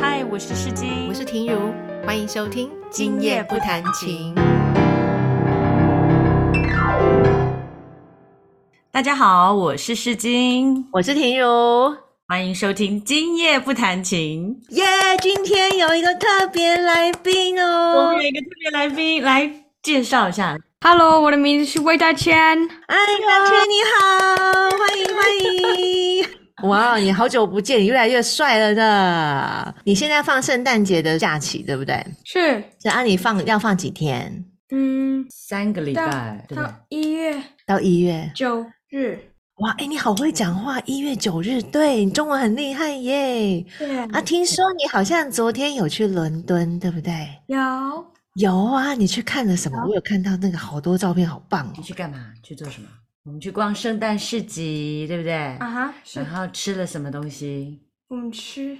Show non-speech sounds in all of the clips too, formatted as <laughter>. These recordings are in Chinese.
嗨，我是世金，我是婷如，欢迎收听《今夜不弹琴》。大家好，我是世金，我是婷如，欢迎收听《今夜不弹琴耶、今天有一个特别来宾》。我哦们，有一个特别来宾来介绍一下， Hello，我的名字是魏大千。哎，大啊圈你好，欢迎欢迎！ <laughs> 哇，你好久不见，你越来越帅了呢。你现在放圣诞节的假期对不对？是，是按、啊、你放要放几天？嗯，三个礼到拜，对不对？到一月到一月。九日。哇，哎、你好会讲话！一月九日，对你中文很厉害耶。对，啊，听说你好像昨天有去伦敦，对不对？有有啊，你去看了什么？我有看到那个好多照片，好棒哦你！去干嘛？去做什么？我们去逛圣诞市集，对不对？啊哈，是然后吃了什么东西？我们吃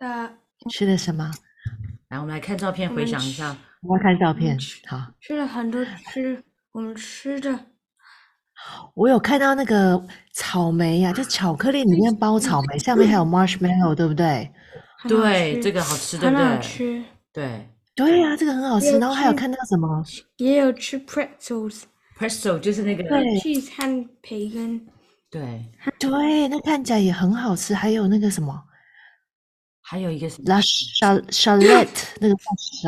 的吃了什么？来，我们来看照片，我回们想一下。我要看照片嗯吃。好，吃了很多吃，我们吃的我有看到那个草莓呀、就巧克力里面包草莓，上面还有 marshmallow，对不对？很好对，吃这个好吃，对很不好对？吃，对对呀、这个很好吃。有然后还有趣看到什么？也有吃 pretzels， ，pretzel 就是那个，和 cheese 和培根，对，对，那看起来也很好吃。还有那个什么还有一个什么？ La Char- Charlotte，那个叫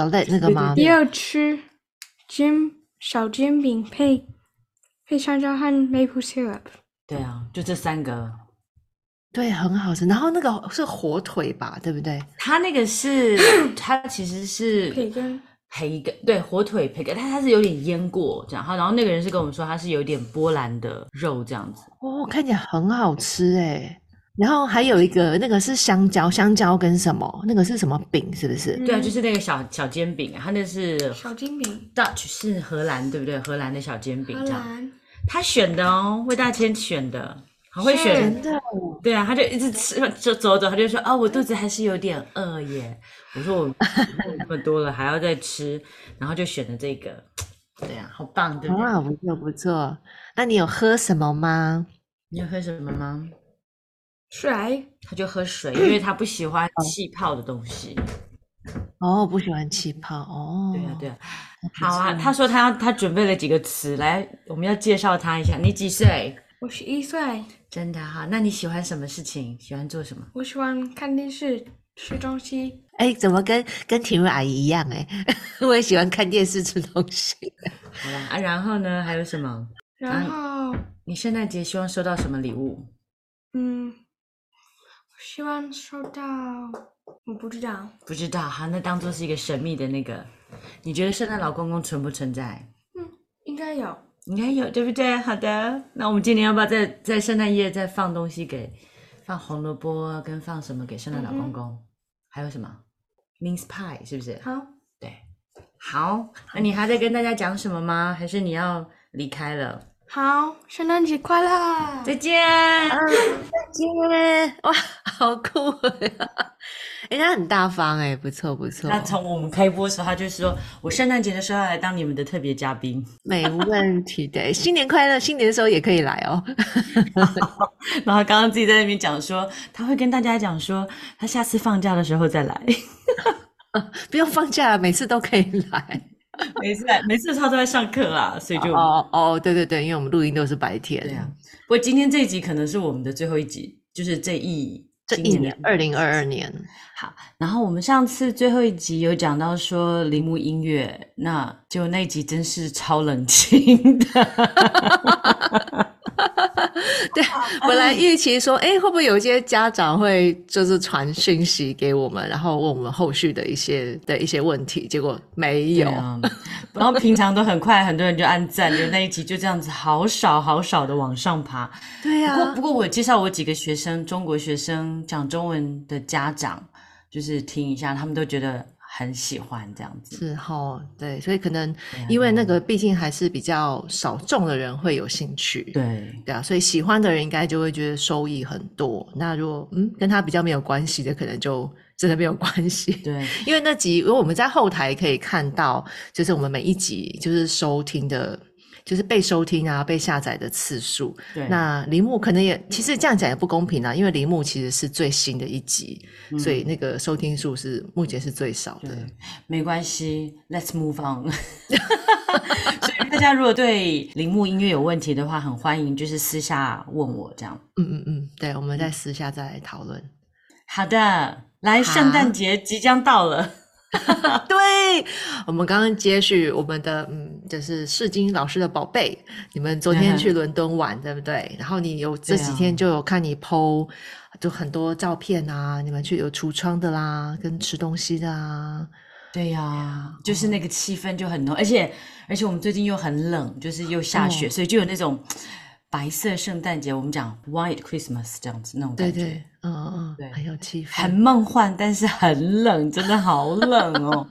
Charlotte 那个对对吗？也有吃煎小煎饼配配香蕉和 maple syrup。对啊，就这三个。对，很好吃。然后那个是火腿吧，对不对？它那个是， <clears throat> 它其实是培根培根，对，火腿培根，它它是有点腌过这样。然后那个人是跟我们说，它是有点波兰的肉这样子。哦，看起来很好吃哎。然后还有一个，那个是香蕉，香蕉跟什么？那个是什么饼？是不是？对啊，嗯就是那个小小煎饼，它那是小煎饼， Dutch 是荷兰，对不对？荷兰的小煎饼荷这样。兰。他选的哦，魏大千选的，好会选是人真的，对啊，他就一直吃，就走走，他就说啊、我肚子还是有点饿耶。我 <laughs> 说我那么多了，还要再吃，然后就选了这个，对啊，好棒，对不对？啊，不错不错。那你有喝什么吗？你有喝什么吗？水他就喝水，因为他不喜欢气泡的东西。哦，不喜欢气泡哦。对啊，对啊。不好啊，错他说他要他准备了几个词来，我们要介绍他一下。你几岁？我十一岁，真的哈、那你喜欢什么事情？喜欢做什么？我喜欢看电视、吃东西。哎，怎么跟跟婷茹阿姨一样哎？ <laughs> 我也喜欢看电视吃东西。好啦啊，然后呢？还有什么？然后，你圣诞节希望收到什么礼物？嗯，我希望收到，我不知道，不知道哈，那当做是一个神秘的那个。你觉得圣诞老公公存不存在？应该有。应该有，对不对？好的，那我们今年要不要在在圣诞夜再放东西给，放红萝卜啊跟放什么给圣诞老公公？还有什么 mince pie 是不是？好，对，好，那你还在跟大家讲什么吗？还是你要离开了？好，圣诞节快乐！再见。耶！哇，好酷哎！哎，他很大方哎，不错不错，那从我们开播的时候，他就是说我圣诞节的时候要来当你们的特别嘉宾。没问题的。新年快乐，新年的时候也可以来哦。然后刚刚自己在那边讲说，他会跟大家讲说，他下次放假的时候再来。 <laughs> 不用放假了，每次都可以 <laughs> 来。每次来每次他都在上课啦，所以就、哦哦，对对对，因为我们录音都是白天。对啊。不过今天这一集可能是我们的最后一集，就是这一这今一的年，二零二 <laughs> 二年，好。然后我们上次最后一集有讲到说铃木音乐，那就那一集真是超冷清的。对，本来预期说，哎，会不会有一些家长会就是传讯息给我们，然后问我们后续的一些的一些问题，结果没有。对啊然后平常都很快，很多人就按赞，就那一集就这样子，好少好少的往上爬。对啊呀、不过，不过我介绍我几个学生，中国学生讲中文的家长，就是听一下，他们都觉得很喜欢这样子。是哈、对，所以可能啊因为那个毕竟还是比较少众的人会有兴趣。对，对啊，所以喜欢的人应该就会觉得收益很多。那如果嗯跟他比较没有关系的，可能就真的没有关系。对，因为那集，因为我们在后台可以看到，就是我们每一集就是收听的就是被收听啊、被下载的次数。对，那铃木可能也，其实这样讲也不公平啊啦，因为铃木其实是最新的一集，嗯所以那个收听数是目前是最少的。对，没关系，Let's move on。所以大家如果对铃木音乐有问题的话，很欢迎就是私下问我这样。嗯嗯嗯，对，我们再私下再来讨论。好的，来，好圣诞节即将到了，对，我们刚刚接续我们的，嗯，就是世金老师的宝贝，你们昨天去伦敦玩，对不对？然后你有这对啊几天就有看你 PO，就很多照片啊，你们去有橱窗的啦，嗯跟吃东西的啊，对呀、就是那个嗯气氛就很浓，而且而且我们最近又很冷，就是又下雪，哦所以就有那种白色圣诞节，我们讲 White Christmas 这样子那种对感觉，对，嗯嗯对嗯，很有气氛，很梦幻，但是很冷，真的好冷 <laughs> 哦。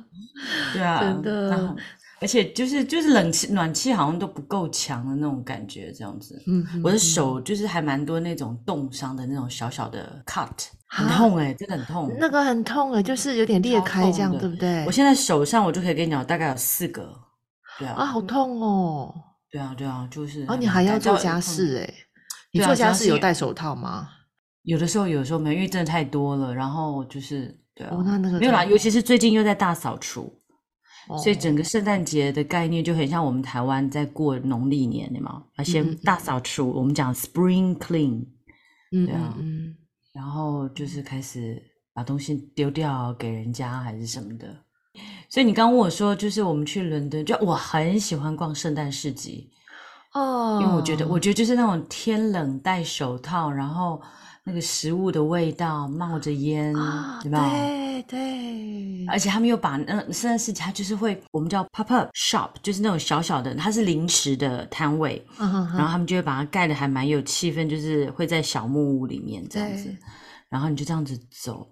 对啊，真的然后。而且就是就是冷气暖气好像都不够强的那种感觉，这样子。嗯，嗯我的嗯手就是还蛮多那种冻伤的那种小小的 cut，很啊痛哎、真的很痛。那个很痛啊，就是有点裂超开痛这样，的对不对我？现在手上我就可以跟你讲，大概有四个。对啊，啊，好痛哦！对啊，对啊，就是。然后你还要做家事。事哎，你对啊做主要家是事有也戴手套吗？有的时候，有的时候没有，因为真的太多了。然后就是，对啊，哦那那个没有啦，真的尤其是最近又在大扫除，所以哦整个圣诞节的概念就很像我们台湾在过农历年，对吗？要嗯嗯先嗯大扫除，我们讲 spring clean，嗯对啊嗯嗯。然后就是开始把东西丢掉给人家还是什么的。所以你刚问我说，就是我们去伦敦，就我很喜欢逛圣诞市集，哦，因为我觉得，我觉得就是那种天冷戴手套，然后那个食物的味道冒着烟，啊，有没有？哎对对，而且他们又把那圣诞市集，它就是会我们叫 pop up shop，就是那种小小的，它是临时的摊位，嗯哼然哼，后他们就会把它盖的还蛮有气氛，就是会在小木屋里面这样子对，然后你就这样子走，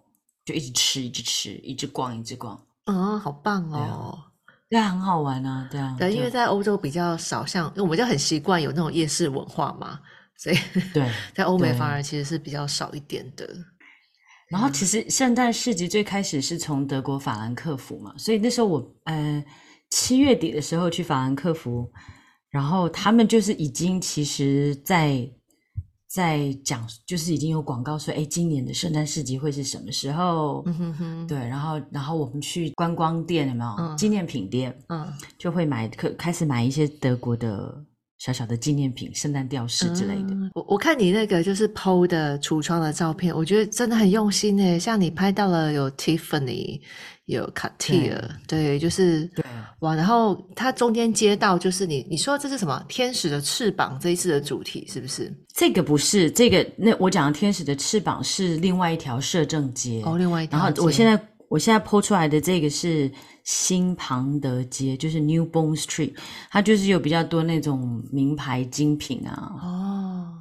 就一直吃，一直吃，一直逛，一直逛，嗯，好棒对啊哦。对啊，很好玩啊，对啊，对，因就为在欧洲比较少像，我们就很习惯有那种夜市文化嘛，<laughs> 所以对。在欧美对反而其实是比较少一点的。然后其嗯实圣诞市集最开始是从德国法兰克福嘛，所以那时候我呃七月底的时候去法兰克福，然后他们就是已经其实在在讲，就是已经有广告说，哎，今年的圣诞市集会是什么时候？嗯哼哼，对，然后然后我们去观光店有没有、嗯纪念品店，嗯，就会买可开始买一些德国的小小的纪念品、圣诞吊饰之类的。嗯我我看你那个就是 PO 的橱窗的照片，我觉得真的很用心诶，像你拍到了有 Tiffany，有 Cartier，对，就是对啊哇，然后它中间街道就是你你说这是什么天使的翅膀这一次的主题是不是？这个不是这个，那我讲的天使的翅膀是另外一条摄政街。哦，另外一条然街，后我现在我现在剖出来的这个是新庞德街，就是 New Bond Street，它就是有比较多那种名牌精品啊。哦，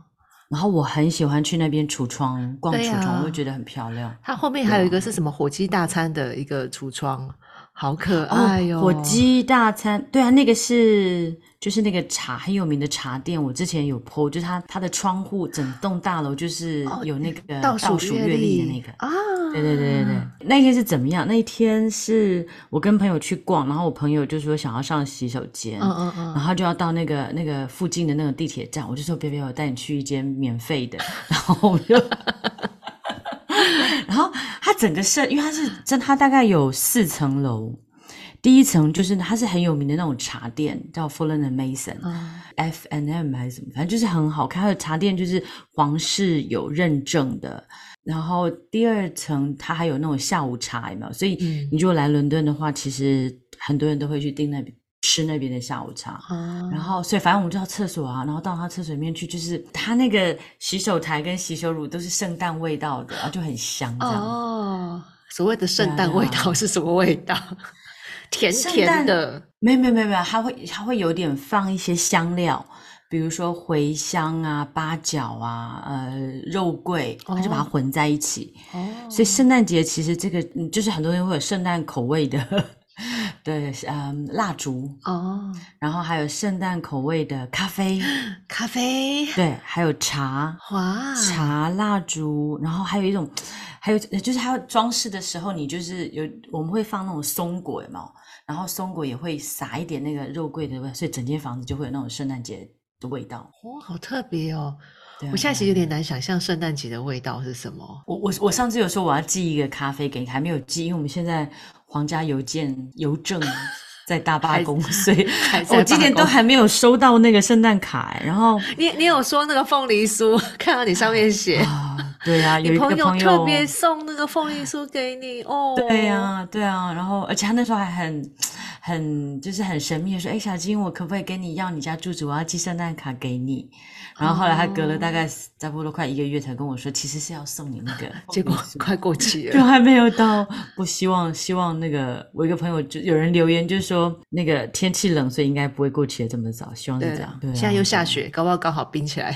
然后我很喜欢去那边橱窗逛对橱啊窗，我会觉得很漂亮。哦它后面还有一个是什么火鸡大餐的一个橱窗，好可爱哟、哦，火鸡大餐，对啊，那个是就是那个茶很有名的茶店，我之前有 PO，就是它它的窗户整栋大楼就是哦有那个倒数数月月历的历那个。啊，对对对对对，嗯那一天是怎么样？那一天是我跟朋友去逛，然后我朋友就说想要上洗手间，嗯嗯嗯然后就要到那个那个附近的那个地铁站，我就说别别，我带你去一间免费的，然后我就， <laughs> 然后它整个设，因为它是真，它大概有四层楼。第一层就是它是很有名的那种茶店，叫 f u l l a n and Mason，、嗯 F N M 还是什么，反正就是很好看。它的茶店就是皇室有认证的，然后第二层它还有那种下午茶，有没有？所以嗯你如果来伦敦的话，其实很多人都会去订那边吃那边的下午茶。啊然后，所以反正我们就到厕所啊，然后到他厕所里面去，就是他那个洗手台跟洗手乳都是圣诞味道的，然后就很香这样。哦，所谓的圣对啊诞对味啊道是什么味道？ <laughs> 甜圣甜诞的，没有没有没有没有，它会它会有点放一些香料，比如说茴香啊、八角啊、呃肉桂，它就把它哦混在一起。哦所以圣诞节其实这个嗯就是很多人会有圣诞口味的 <laughs> 对，嗯，蜡烛，哦，然后还有圣诞口味的咖啡，咖啡，对，还有茶，哇，茶、蜡烛，然后还有一种，还有就是还有装饰的时候，你就是有我们会放那种松果，有没有？然后松果也会撒一点那个肉桂的味，所以整间房子就会有那种圣诞节的味道。哦，好特别哦。对啊我现在其实有点难想象圣诞节的味道是什么。我我我上次有说我要寄一个咖啡给你，还没有寄，因为我们现在皇家邮件邮 <laughs> 政在大罢还工，所以 <laughs> 还在我今罢年都工还没有收到那个圣诞卡欸。然 <laughs> 后你你有说那个凤梨酥， <laughs> 看到你 <laughs> 上面写，啊，对啊，有你一个朋友朋特别送那个凤梨酥给你哦。对呀、对啊，然后而且他那时候还很很就是很神秘的说，哎，小金，我可不可以跟你要你家住址？我要寄圣诞卡给你。然后后来他隔了大哦概差不多快一个月才跟我说，其实是要送你那个，结果快过期就了。还没有到。不希望希望那个我一个朋友就有人留言就说那个天气冷，所以应该不会过期的这么早，希望是这样。对啊、现在又对下啊雪，搞不好刚好 <laughs> 冰起来，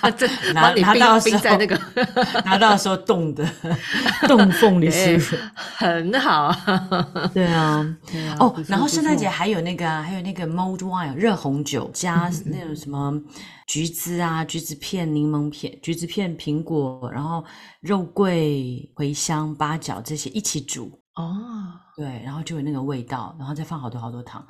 他这拿帮你拿到的时冰冰在候那个， <laughs> 拿到的时候冻的 <laughs> 冻凤梨酥。 <laughs> 很好。对啊，不错哦，然后不圣诞错节还有那个啊，还有那个 mulled wine 热红酒加那种什么橘子啊、橘子片、柠檬片、橘子片、苹果，然后肉桂、茴香、八角这些一起煮。哦，对，然后就有那个味道，然后再放好多好多糖，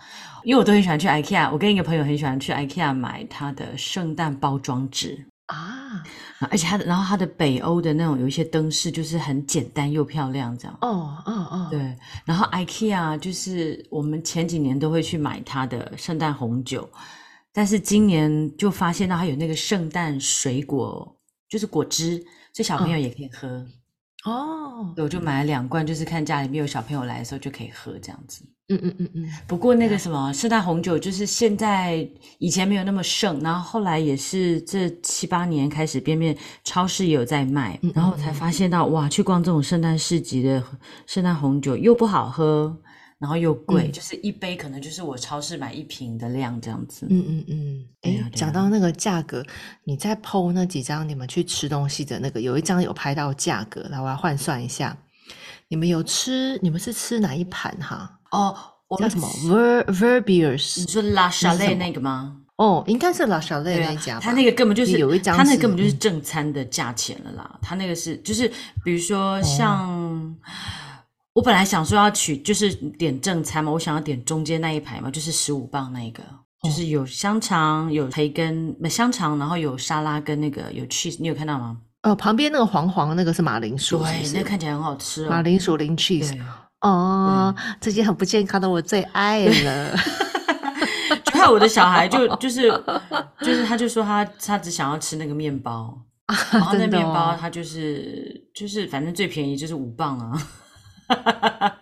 因为我都很喜欢去 IKEA，我跟一个朋友很喜欢去 IKEA 买它的圣诞包装纸，啊，而且它的，然后它的北欧的那种有一些灯饰就是很简单又漂亮这样。哦哦哦，对，然后 IKEA 就是我们前几年都会去买它的圣诞红酒，但是今年就发现到它有那个圣诞水果，就是果汁，所以小朋友也可以喝。哦，对我就买了两罐，就是看家里面有小朋友来的时候就可以喝这样子。嗯嗯嗯嗯，不过那个什么圣诞红酒，就是现在以前没有那么盛，然后后来也是这七八年开始，边边超市也有在卖，然后才发现到哇，去逛这种圣诞市集的圣诞红酒又不好喝，然后又贵，嗯就是一杯可能就是我超市买一瓶的量这样子。嗯嗯嗯，对哎啊，对讲啊到那个价格，你在 PO 那几张你们去吃东西的那个，有一张有拍到价格，来我来换算一下。你们有吃？你们是吃哪一盘哈？哦，我叫们什么 Ver 你 Verbiers？说拉是沙什类么那个吗？哦，应该是老小类嗯对那一啊家吧。他那个根本就是有一张他那是个根本就是嗯正餐的价钱了啦。他那个是就是，比如哦说像、我本来想说要取就是点正餐嘛，我想要点中间那一排嘛，就是十五磅那个。就是有香肠，有培根，不香肠，然后有沙拉跟那个有 cheese，你有看到吗？哦，旁边那个黄黄的那个是马铃薯，是不对，那是？看起来很好吃哦。马铃薯淋 cheese 对，哦，这些很不健康的我最爱了。 <laughs> 就害我的小孩就就是就是，他就说他他只想要吃那个面包，然后那啊真的面包哦他就是就是反正最便宜就是五磅啊，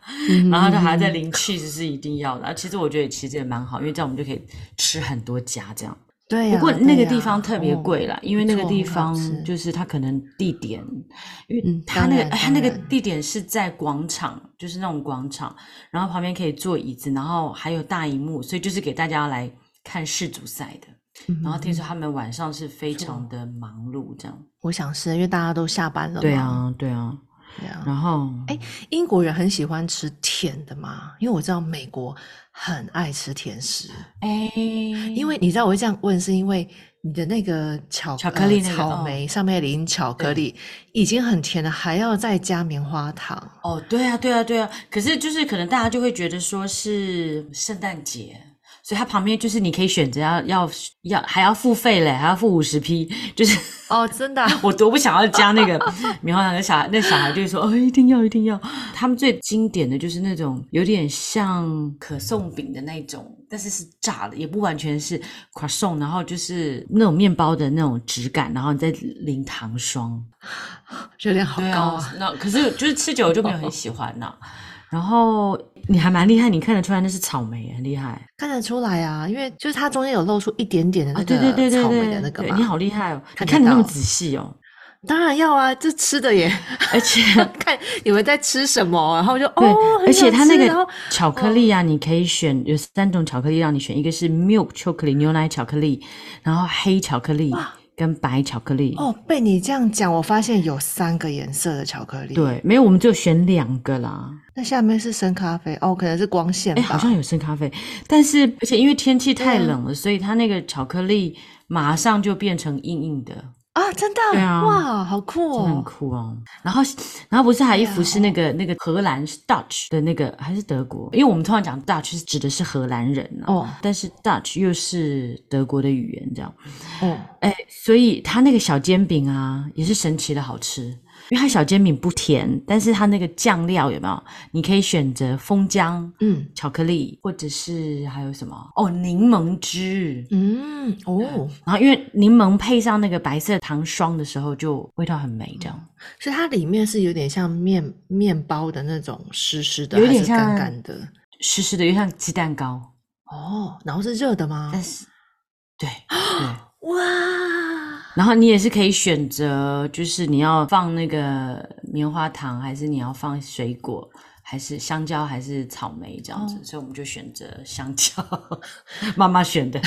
<laughs> 嗯然后他还在零 cheese 是一定要的。啊其实我觉得其实也蛮好，因为这样我们就可以吃很多家这样。对呀，不过那对个呀地方特别哦贵啦，因为不那个错地很方好吃就是它可能地点，因嗯为它那个当然哎它那个当然地点是在广场，就是那种广场，然后旁边可以坐椅子，然后还有大荧幕，所以就是给大家来看世足赛的。嗯然后听说他们晚上是非常的忙碌，这样。我想是因为大家都下班了。对，啊，对啊。对啊。然后，哎，英国人很喜欢吃甜的嘛，因为我知道美国很爱吃甜食。哎，因为你知道我会这样问，是因为你的那个巧巧克力那呃、个哦草莓上面淋巧克力已经很甜了，还要再加棉花糖。哦，对啊，对啊，对啊。可是就是可能大家就会觉得说是圣诞节，所以它旁边就是你可以选择要要要还要付费嘞，还要付五十 p，就是。哦，真的啊、 <laughs> <laughs> 我多不想要加那个棉花糖的小孩，那小孩就会说哦，一定要一定要。他们最经典的就是那种有点像可颂饼的那种，但是是炸的，也不完全是 croissant，然后就是那种面包的那种质感，然后你再淋糖霜。热量好对高啊！啊，那可是就是吃久了就没有很喜欢呐、然后你还蛮厉害，你看得出来那是草莓，很厉害。看得出来啊，因为就是它中间有露出一点点的那啊，对对对个对草莓的对，那个对嘛。你好厉害哦，看你得看得那么到仔细哦，当然要啊，这吃的耶，而且。 <laughs> 看你们在吃什么，然后就对，哦，很而且想它那吃然后嗯个巧克力啊，你可以选有三种巧克力让你选，一个是 milk 巧克力牛奶巧克力，然后黑巧克力跟白巧克力。哦，被你这样讲，我发现有三个颜色的巧克力。，对，没有，我们就选两个啦。那下面是深咖啡哦，可能是光线哎，吧。好像有深咖啡，但是而且因为天气太对啊冷了，所以它那个巧克力马上就变成硬硬的，啊，真的，对啊哇，好酷真的很哦！酷哦。然后，然后不是还有一对啊幅是那个、那个荷兰是 Dutch 的那个还是德国？因为我们通常讲 Dutch 是指的是荷兰人啊，哦但是 Dutch 又是德国的语言，这样。哦，哎，所以它那个小煎饼啊，也是神奇的好吃，因为它小煎饼不甜，但是它那个酱料有没有？你可以选择枫浆、嗯巧克力，或者是还有什么哦，柠檬汁。嗯，哦，然后因为柠檬配上那个白色糖霜的时候，就味道很美，这样所以它里面是有点像面面包的那种湿湿的，有点还是干像干的。湿湿的，有点像鸡蛋糕，哦，然后是热的吗？但是对对。哇，然后你也是可以选择，就是你要放那个棉花糖，还是你要放水果，还是香蕉，还是草莓这样子。哦所以我们就选择香蕉， <laughs> 妈妈选 <laughs> 的，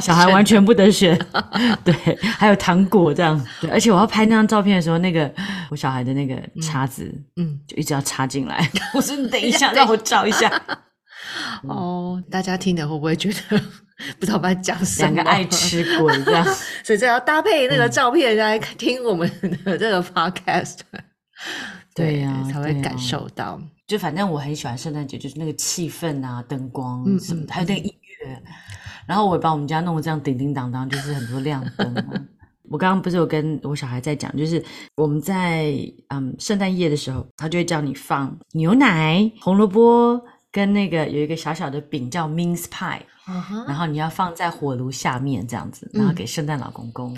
小孩完全不得选。 <laughs> 对，还有糖果这样。对，而且我要拍那张照片的时候，那个我小孩的那个叉子嗯，就一直要插进来。 <laughs> 我说你等一下，让我找一下。哦，大家听的会不会觉得 <laughs> 不知道我们在讲什么？两个爱，吃嗯鬼这样。所以这要搭配那个照片来听我们的这个 podcast， <laughs> 对呀才会对呀感受到。就反正我很喜欢圣诞节，就是那个气氛啊、灯光嗯什么的，嗯还有那个音乐。然后我也把我们家弄得这样叮叮当当，就是很多亮灯啊、我刚刚不是有跟我小孩在讲，就是我们在嗯圣诞夜的时候，他就会叫你放牛奶、红萝卜跟那个有一个小小的饼叫 mince pie，嗯哼然后你要放在火炉下面这样子，然后嗯给圣诞老公公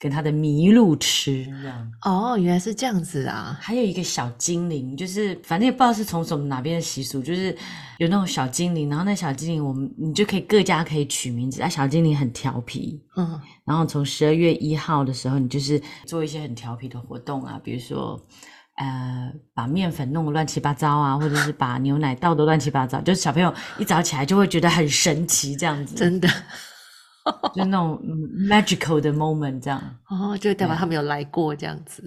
跟他的麋鹿吃这样。哦，原来是这样子啊！还有一个小精灵，就是反正也不知道是从什么哪边的习俗，就是有那种小精灵，然后那小精灵我们你就可以各家可以取名字，啊，小精灵很调皮，嗯，然后从十二月一号的时候，你就是做一些很调皮的活动啊，比如说。呃，把面粉弄得乱七八糟啊，或者是把牛奶倒得乱七八糟，就是小朋友一早起来就会觉得很神奇，这样子，真的就那种嗯 magical 的 moment 这样。哦，就代表对他们有来过这样子。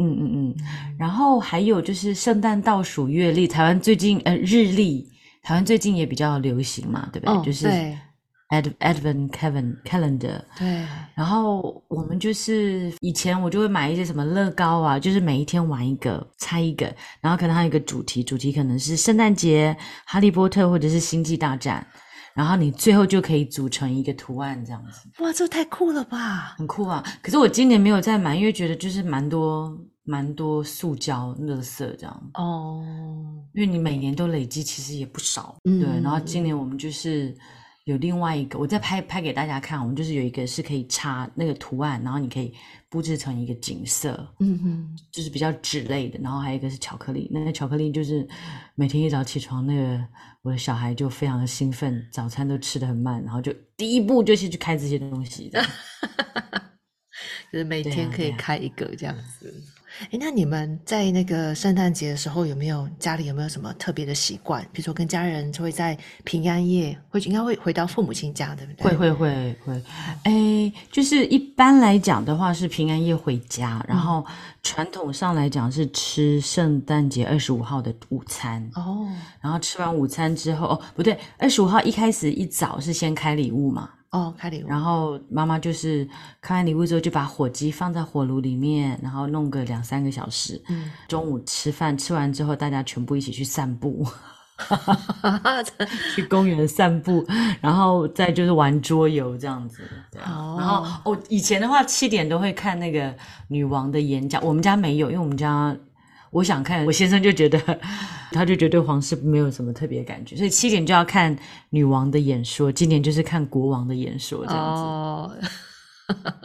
嗯嗯嗯，然后还有就是圣诞倒数月历，台湾最近呃日历，台湾最近也比较流行嘛，对不对？哦，就是对 Ad Advent Kevin Calendar。对，然后我们就是以前我就会买一些什么乐高啊，就是每一天玩一个，猜一个，然后可能还有一个主题，主题可能是圣诞节、哈利波特或者是星际大战，然后你最后就可以组成一个图案这样子。哇，这太酷了吧！很酷啊！可是我今年没有再买，因为觉得就是蛮多蛮多塑胶、垃圾这样，哦，因为你每年都累积，其实也不少。嗯对，然后今年我们就是有另外一个，我再拍拍给大家看，我们就是有一个是可以插那个图案，然后你可以布置成一个景色，嗯哼，就是比较纸类的，然后还有一个是巧克力。那个巧克力就是每天一早起床，那个我的小孩就非常的兴奋，早餐都吃的很慢，然后就第一步就先去开这些东西这样。就是每对天啊可以对啊开一个这样子。哎，那你们在那个圣诞节的时候，有没有家里有没有什么特别的习惯？比如说跟家人就会在平安夜，会应该会回到父母亲家，对不对？会会会会，哎，就是一般来讲的话是平安夜回家，然后传统上来讲是吃圣诞节二十五号的午餐，哦，然后吃完午餐之后，哦不对，二十五号一开始一早是先开礼物嘛，哦，开礼物，然后妈妈就是开完礼物之后就把火鸡放在火炉里面，然后弄个两三个小时，嗯，中午吃饭吃完之后大家全部一起去散 <laughs> 步。去公园散步，然后再就是玩桌游这样子。对啊哦然后哦，以前的话七点都会看那个女王的演讲，我们家没有，因为我们家我想看，我先生就觉得他就觉得对皇室没有什么特别感觉，所以七点就要看女王的演说，今年就是看国王的演说这样子。哦，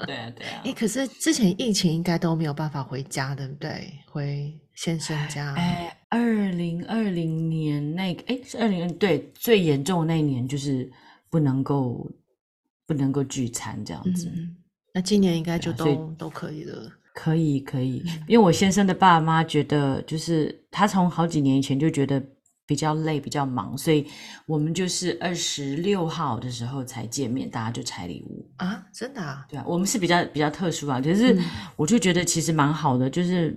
对啊，对啊。哎，可是之前疫情应该都没有办法回家，对不对？回先生家，嗯哎，二零二零年那个，哎，是二零二对最严重的那一年，就是不能够不能够聚餐这样嗯，子。嗯嗯那今年应该就对啊所以都都可以了。可以可以，因为我先生的爸妈觉得，就是他从好几年以前就觉得比较累，比较忙，所以我们就是二十六号的时候才见面，大家就拆礼物。啊，真的啊，对啊，我们是比较比较特殊啊，可是嗯我就觉得其实蛮好的，就是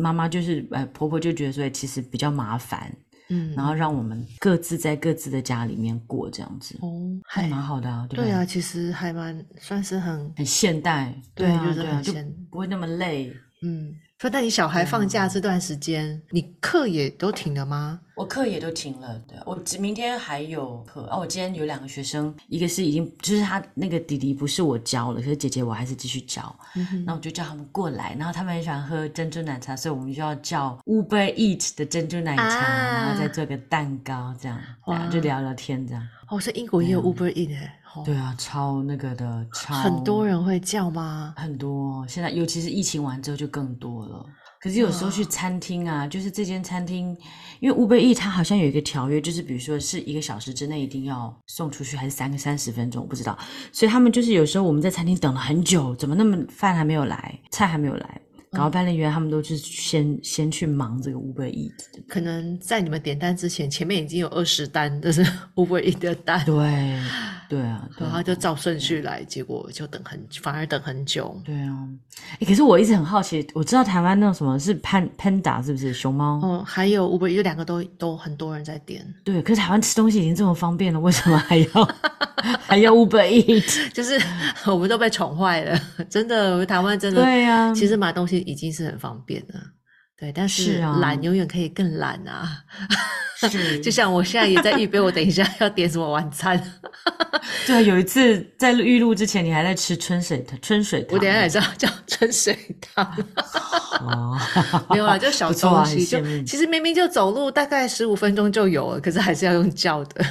妈妈就是呃婆婆就觉得说其实比较麻烦，嗯，然后让我们各自在各自的家里面过这样子，哦，还还蛮好的啊，对不对啊，其实还蛮算是很很现代，对啊，就是对啊，很就啊现不会那么累。嗯。说，那你小孩放假这段时间，你课也都停了吗？我课也都停了，对啊我只明天还有课啊。我今天有两个学生，一个是已经就是他那个弟弟不是我教了，可是姐姐我还是继续教。嗯那我就叫他们过来，然后他们很喜欢喝珍珠奶茶，所以我们就要叫 Uber Eat 的珍珠奶茶，啊然后再做个蛋糕这样，对啊哇就聊聊天这样。哦，所以英国也有 Uber Eat 哎、哦对啊，超那个的，超很多人会叫吗？很多，现在尤其是疫情完之后就更多了。可是有时候去餐厅啊，就是这间餐厅，因为 Uber E 它好像有一个条约，就是比如说是一个小时之内一定要送出去，还是三个三十分钟，我不知道。所以他们就是有时候我们在餐厅等了很久，怎么那么饭还没有来，菜还没有来，然后办理员他们都是先先去忙这个 Uber E。可能在你们点单之前，前面已经有二十单，就是 <laughs> Uber Eat 的单，对，对啊，对然后啊。就照顺序来，结果就等很，反而等很久。对啊，诶可是我一直很好奇，我知道台湾那种什么是 pan panda 是不是熊猫？哦，还有 Uber Eat 两个都都很多人在点，对，可是台湾吃东西已经这么方便了，为什么还 <laughs> 要还要 Uber Eat？就是 <laughs> 我们都被宠坏了，真的，台湾真的，对啊其实买东西已经是很方便了，对，但是是啊懒永远可以更懒啊。 <laughs> 是就像我现在也在预备，我等一下要点什么晚餐， <laughs> 对，啊有一次在预录之前，你还在吃春水春水堂我等一下也是要叫春水 <laughs> 堂。哦，没有啦，就小 <laughs> 不错啊东很西，就羡慕其实明明就走路大概十五分钟就有了，可是还是要用叫的，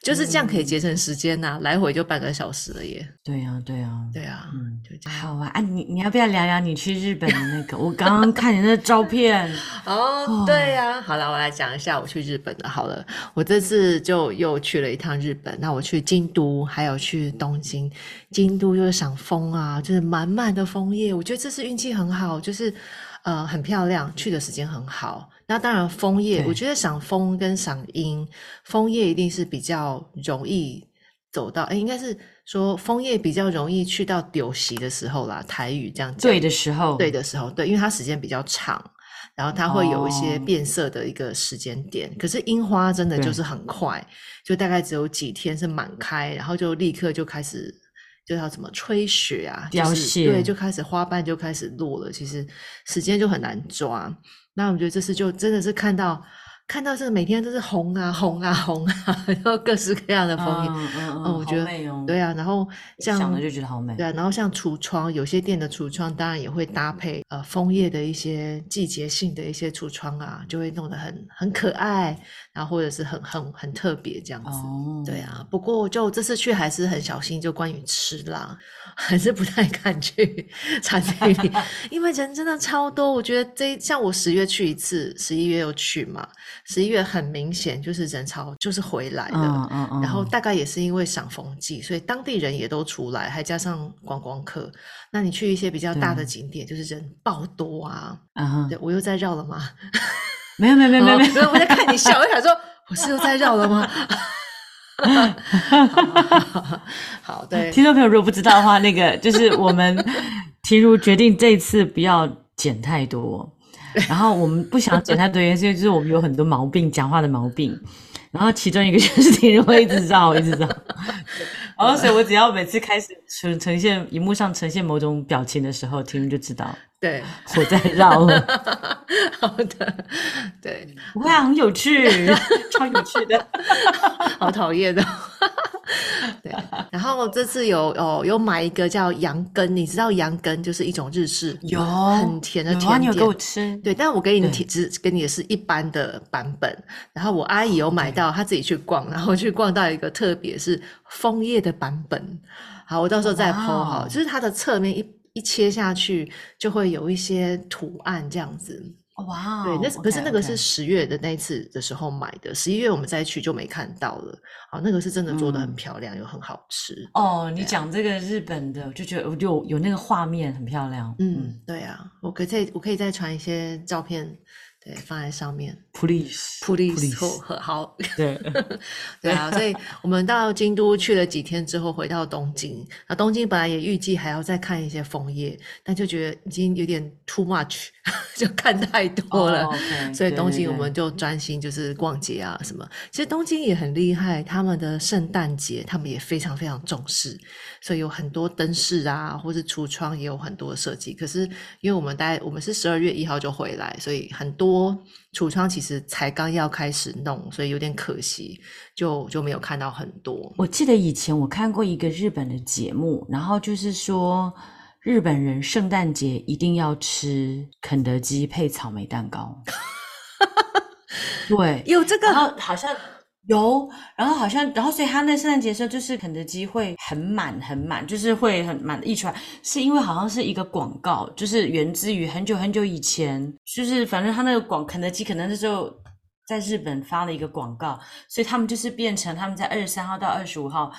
就是这样可以嗯节省时间呐、来回就半个小时了耶。对啊，对啊，对啊，嗯就这样。好啊，啊，你你要不要聊聊你去日本的那个？我刚刚看你那照 <laughs> 片，哦，对呀、好了，我来讲一下我去日本的。好了，我这次就又去了一趟日本。那我去京都，还有去东京。京都就是赏枫啊，就是满满的枫叶。我觉得这次运气很好，就是呃很漂亮，去的时间很好。那当然枫叶，对我觉得赏枫跟赏樱，枫叶一定是比较容易走到，哎，应该是说枫叶比较容易去到丢席的时候啦。台语这样讲。对的时候，对，的时候，对，因为它时间比较长，然后它会有一些哦变色的一个时间点。可是樱花真的对就是很快，就大概只有几天是满开，然后就立刻就开始。就要怎么吹雪啊，就凋是对，谢就开始花瓣就开始落了，其实时间就很难抓。那我觉得这次就真的是看到看到这每天都是红啊红啊红啊， <laughs> 然后各式各样的枫叶，嗯嗯哦我觉得好美哦，对啊，然后这样想了就觉得好美，对啊，然后像橱窗，有些店的橱窗当然也会搭配呃枫叶的一些季节性的一些橱窗啊，就会弄得很很可爱，然后或者是很很很特别这样子。哦，对啊，不过就这次去还是很小心，就关于吃啦， <laughs> 还是不太敢去餐厅里，因为人真的超多。我觉得这一像我十月去一次，十一月又去嘛，十一月很明显就是人潮就是回来了，嗯，嗯嗯嗯，啊然后大概也是因为赏枫季，所以当地人也都出来，还加上观光客。那你去一些比较大的对景点，就是人爆多啊。嗯哼对我又在绕了吗？没有没有没有没有哦没有，没有，我在看你笑，我想说我是又在绕了吗？ <laughs> 好， <laughs> 对，听众朋友如果不知道的话，那个就是我们婷如决定这一次不要剪太多，然后我们不想剪太多，原因是因为就是我们有很多毛病，讲话的毛病，然后其中一个就是婷如会一直绕，一直 <laughs> 绕。然后，所以我只要每次开始呈呈现荧幕上呈现某种表情的时候，婷如就知道对，我在绕了。 <laughs> 好的，对，不会啊，很有趣，超有趣的。好讨厌的。 <laughs> 对，然后这次有哦有买一个叫羊羹，你知道羊羹就是一种日式有很甜的甜有点，啊，你有给我吃？对，但我给你对提只给你的是一般的版本，然后我阿姨有买到，她自己去逛，然后去逛到一个特别是枫叶的版本。好，我到时候再 po 哇好，哦就是它的侧面一一切下去，就会有一些图案这样子。哇哦，对，那是可是那个是 OK，OK 十月的那一次的时候买的，十一月我们再去就没看到了。好，那个是真的做的很嗯漂亮，又很好吃。哦，啊你讲这个日本的，我就觉得我有有那个画面很漂亮。嗯嗯嗯，对啊，我可以再我可以再传一些照片，对，对，放在上面。 ，please Please，好好， <laughs> <laughs> 对，对啊，所以我们到京都去了几天之后，回到东京。那东京本来也预计还要再看一些枫叶，但就觉得已经有点 too much，就 <laughs> 看太多了。哦，OK，所以对东对京我对们就专心就是逛街啊什么。其实东京也很厉害，他们的圣诞节他们也非常非常重视，所以有很多灯饰啊，或是橱窗也有很多设计。可是因为我们大概我们是十二月一号就回来，所以很多橱窗其实才刚要开始弄，所以有点可惜，就就没有看到很多。我记得以前我看过一个日本的节目，然后就是说日本人圣诞节一定要吃肯德基配草莓蛋 <laughs> 糕。对，有这然后好像有，然后好像，然后所以他那圣诞节的时候，就是肯德基会很满很满，就是会很满溢出来，是因为好像是一个广告，就是源自于很久很久以前，就是反正他那个广肯德基可能那时候在日本发了一个广告，所以他们就是变成他们在二十三号到二十五号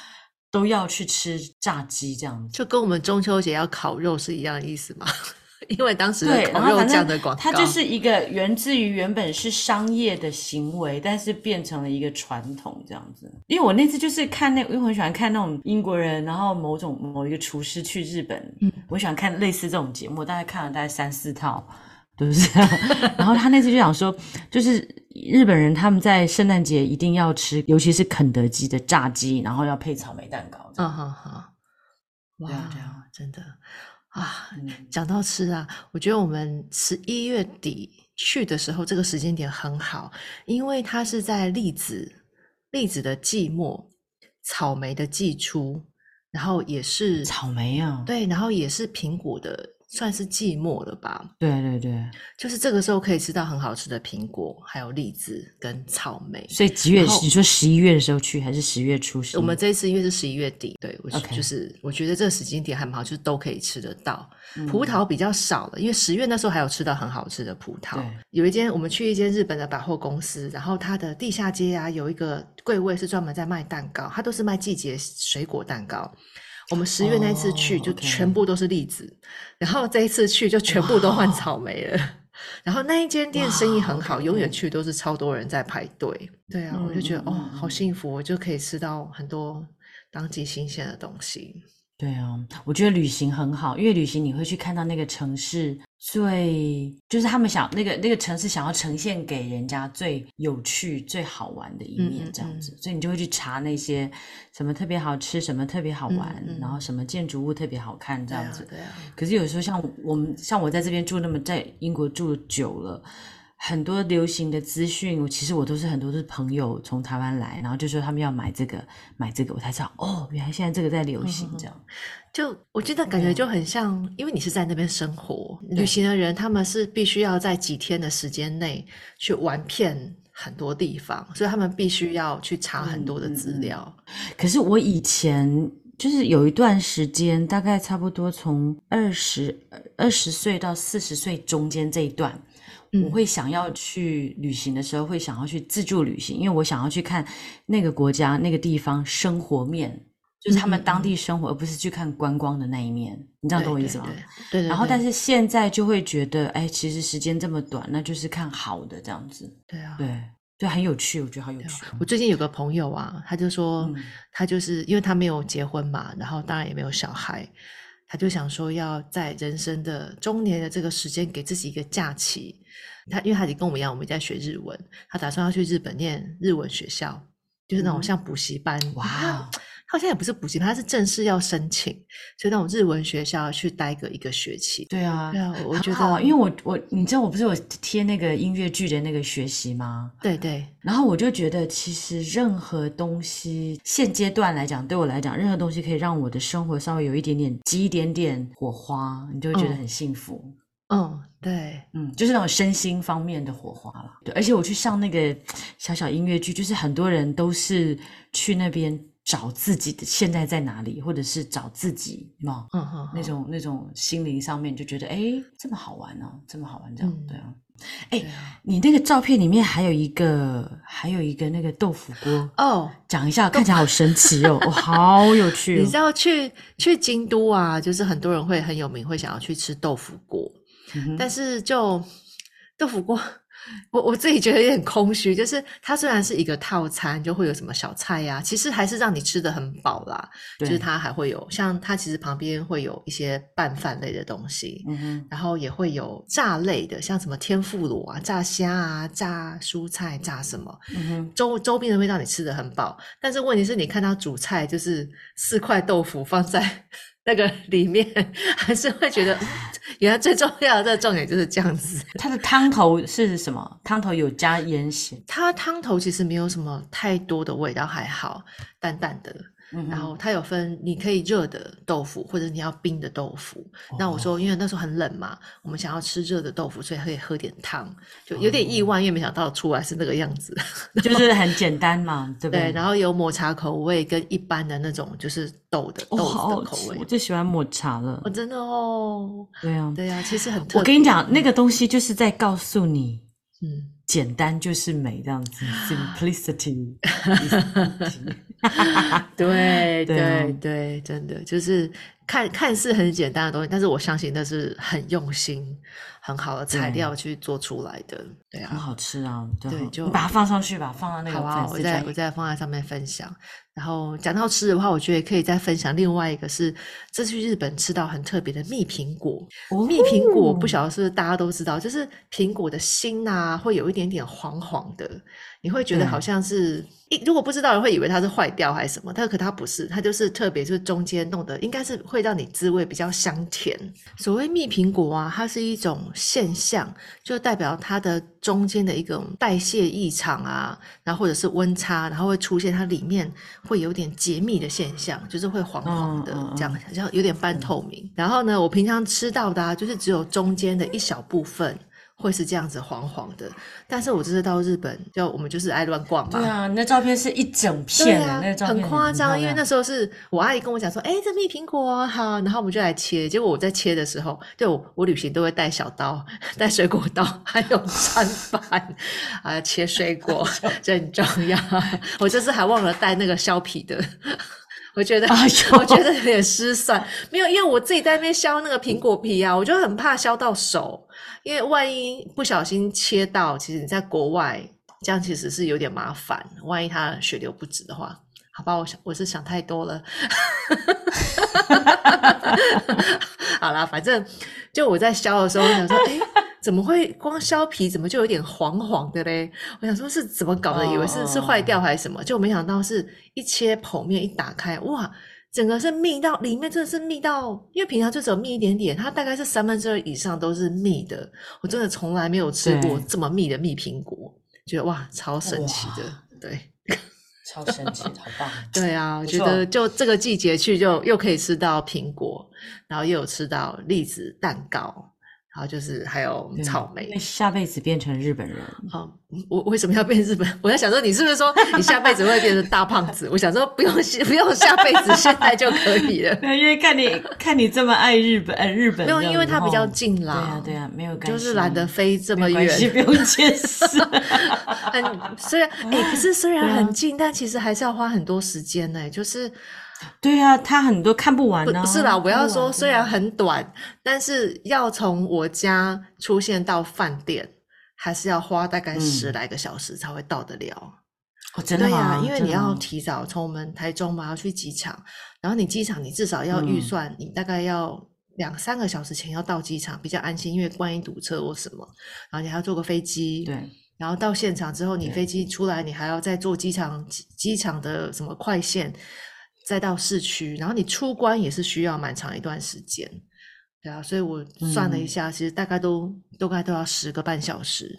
都要去吃炸鸡这样子。就跟我们中秋节要烤肉是一样的意思嘛？ <laughs> 因为当时的对，然烤后肉反酱正的广告，它就是一个源自于原本是商业的行为，但是变成了一个传统这样子。因为我那次就是看那，因为我很喜欢看那种英国人，然后某种某一个厨师去日本，嗯我喜欢看类似这种节目，大概看了大概三四套。都是这样， <laughs> 然后他那次就想说，就是日本人他们在圣诞节一定要吃，尤其是肯德基的炸鸡，然后要配草莓蛋糕这嗯样。哼哼，嗯哇，对啊对啊真的啊！嗯讲到吃啊，我觉得我们十一月底去的时候，这个时间点很好，因为它是在栗子，栗子的季末，草莓的季初，然后也是草莓啊，对，然后也是苹果的，算是季末了吧？对对对，就是这个时候可以吃到很好吃的苹果，还有栗子跟草莓。所以几月然后？你说十一月的时候去，还是十月初？我们这一次因为是十一月底，对我 OK 就是我觉得这个时间点还蛮好，就是都可以吃得到。嗯葡萄比较少了，因为十月那时候还有吃到很好吃的葡萄对。有一间我们去一间日本的百货公司，然后它的地下街啊有一个柜位是专门在卖蛋糕，它都是卖季节水果蛋糕。我们十月那一次去哦就 OK 全部都是栗子然后这一次去就全部都换哇草莓 <laughs> 了。然后那一间店生意哇很好， ，OK，永远嗯去都是超多人在排队。对啊，我就觉得嗯哦嗯，好嗯幸福，我就可以吃到很多当季新鲜的东西。对啊，我觉得旅行很好，因为旅行你会去看到那个城市最，就是他们想那个那个城市想要呈现给人家最有趣、最好玩的一嗯嗯面，这嗯样子，所以你就会去查那些什么特别好吃，什么特别好玩，嗯嗯然后什么建筑物特别好看，这对样啊子。对啊，可是有时候像我们像我在这边住那么在英国住久了，很多流行的资讯，我其实我都是很多都是朋友从台湾来，然后就说他们要买这个买这个，我才知道哦，原来现在这个在流行这样。就我觉得感觉对啊就很像，因为你是在那边生活，旅对行的人他们是必须要在几天的时间内去玩遍很多地方，所以他们必须要去查很多的嗯嗯嗯资嗯料。可是我以前就是有一段时间，大概差不多从二十二十岁到四十岁中间这一段，我嗯会想要去旅行的时候，会想要去自助旅行，因为我想要去看那个国家、那个地方生活面，就是他嗯嗯们嗯当地生活，而不是去看观光的那一面。你这样对懂我意对思吗？对对对。然后，但对是现在就会觉得，哎，其实时间这么短，那就是看好的这样子，对啊，对，就很有趣，我觉得好有趣。我最近有个朋友啊，他就说，嗯他就是因为他没有结婚嘛，然后当然也没有小孩，他就想说要在人生的中年的这个时间给自己一个假期。他因为他也跟我们一样，我们在学日文，他打算要去日本念日文学校，就是那种嗯像补习班。哇他哦，他好像也不是补习班，他是正式要申请，所以那种日文学校去待个一个学期。对啊，对啊，我很觉好啊得，因为我我你知道我不是有贴那个音乐剧的那个学习吗？对对，然后我就觉得，其实任何东西，现阶段来讲，对我来讲，任何东西可以让我的生活稍微有一点点激一点点火花，你就会觉得嗯很幸福。嗯对，嗯，就是那种身心方面的火花啦。对，而且我去上那个小小音乐剧，就是很多人都是去那边找自己的现在在哪里，或者是找自己嘛，嗯哼，那种那种心灵上面就觉得，哎，这么好玩呢、这么好玩这样，嗯对啊。对哎啊你那个照片里面还有一个，还有一个那个豆腐锅，哦。讲一下，看起来好神奇 <laughs> 哦，哦好有趣、你哦知。道去去京都啊，就是很多人会很有名，会想要去吃豆腐锅，嗯哼但是就豆腐锅， <laughs> 我我自己觉得有点空虚，就是它虽然是一个套餐，就会有什么小菜呀、其实还是让你吃的很饱啦。就对，是它还会有，像它其实旁边会有一些拌饭类的东西，嗯哼，然后也会有炸类的，像什么天妇罗啊、炸虾啊、炸蔬菜、炸什么，嗯哼，周周边的会让你吃的很饱。但是问题是你看到主菜就是四块豆腐放在 <laughs> 那个里面， <laughs> 还是会 <laughs> 觉得嗯原来最重要的这个重点就是这样子。它的汤头是什么？汤头有加盐咸，它汤头其实没有什么太多的味道，还好淡淡的。嗯哼然后它有分，你可以热的豆腐，或者你要冰的豆腐。那我哦说，因为那时候很冷嘛，我们想要吃热的豆腐，所以可以喝点汤，就有点哦意外，因为没想到出来是那个样子。就是很简单嘛，对不对，对？然后有抹茶口味跟一般的那种就是豆的哦，豆好腐的好口吃，味。我最喜欢抹茶了哦，。真的哦，对啊，对呀、其实很特我跟你别讲，那个东西就是在告诉你，嗯，简单就是美，这样子，simplicity。对对啊对对，真的就是看看似很简单的东西，但是我相信那是很用心、很好的材对料去做出来的。对很啊，好吃啊，对对啊，就你把它放上去吧，放到那好个啊，粉我丝再专我页再放在上面分享。然后讲到吃的话，我觉得也可以再分享另外一个是，这次去日本吃到很特别的蜜苹果。蜜苹哦果不晓得是不是大家都知道，就是苹果的心呐、会有一点点黄黄的，你会觉得对好像是一如果不知道的人会以为它是坏掉还是什么，但可它不是，它就是特别就是中间弄的，应该是会让你滋味比较香甜。所谓蜜苹果啊，它是一种现象，就代表它的中间的一种代谢异常啊，然后或者是温差，然后会出现它里面会有点解密的现象，就是会黄黄的、嗯嗯嗯这样，好像有点半透明。然后呢，我平常吃到的啊，就是只有中间的一小部分。会是这样子黄黄的，但是我这次到日本，就我们就是爱乱逛嘛，对啊，你那照片是一整嗯对片的，啊那个，照很片夸漂张，因为亮那时候是我阿姨跟我讲说，哎、这蜜苹果啊好，然后我们就来切。结果我在切的时候，对我我旅行都会带小刀、带水果刀，还有砧板啊，切水果这很重要。我这次还忘了带那个削皮的。我觉得，哎呦我觉得有点失算，没有，因为我自己在那边削那个苹果皮啊，我就很怕削到手，因为万一不小心切到，其实你在国外这样其实是有点麻烦，万一它血流不止的话，好吧，我想我是想太多了。 <laughs> 好啦，反正就我在削的时候，我想说，哎、怎么会光削皮，怎么就有点黄黄的嘞？我想说是怎么搞的，以为是是坏掉还是什么，就没想到是一切剖面一打开，哇！整个是密到里面，真的是密到，因为平常就只有密一点点，它大概是三分之二以上都是密的。我真的从来没有吃过对这么密的蜜苹果，觉得哇，超神奇的。对超神奇，好 <laughs> 棒。对啊，我不觉错得就这个季节去就又可以吃到苹果，然后又有吃到栗子蛋糕，然后就是还有对草莓因 <laughs> 为。下辈子变成日本人，哦，我我为什么要变日本？ <laughs> 我在想说，你是不是说你下辈子会变成大胖子？我 <laughs> 想说，不用不用下辈子，现在就可 <laughs> 以了。对，因为看你看你这么爱日本，呃，日本没有，这样因为子它比吼较近对啦。啊，对啊，没有关就系，是懒得飞这没么有关系， <laughs> 远。不用解释。很虽然哎、可是虽然 <laughs> 对啊很近，但其实还是要花很多时间呢、就是对啊，他很多看不完不呢。哦啊不是啦，我看要不说完虽然很短，但是要从我家出现到饭店，还是要花大概嗯十来个小时才会到得了。哦，真的对呀、吗？因为真你的要吗提早从我们台中嘛要去机场，然后你机场你至少要预嗯算，你大概要两三个小时前要到机场，比较安心，因为万一堵车或什么，然后你还要坐个飞机，对然后到现场之后，你对飞机出来，你还要再坐机场机机场的什么快线，再到市区，然后你出关也是需要蛮长一段时间，对啊，所以我算了一嗯下，其实大概都大概都要十个半小时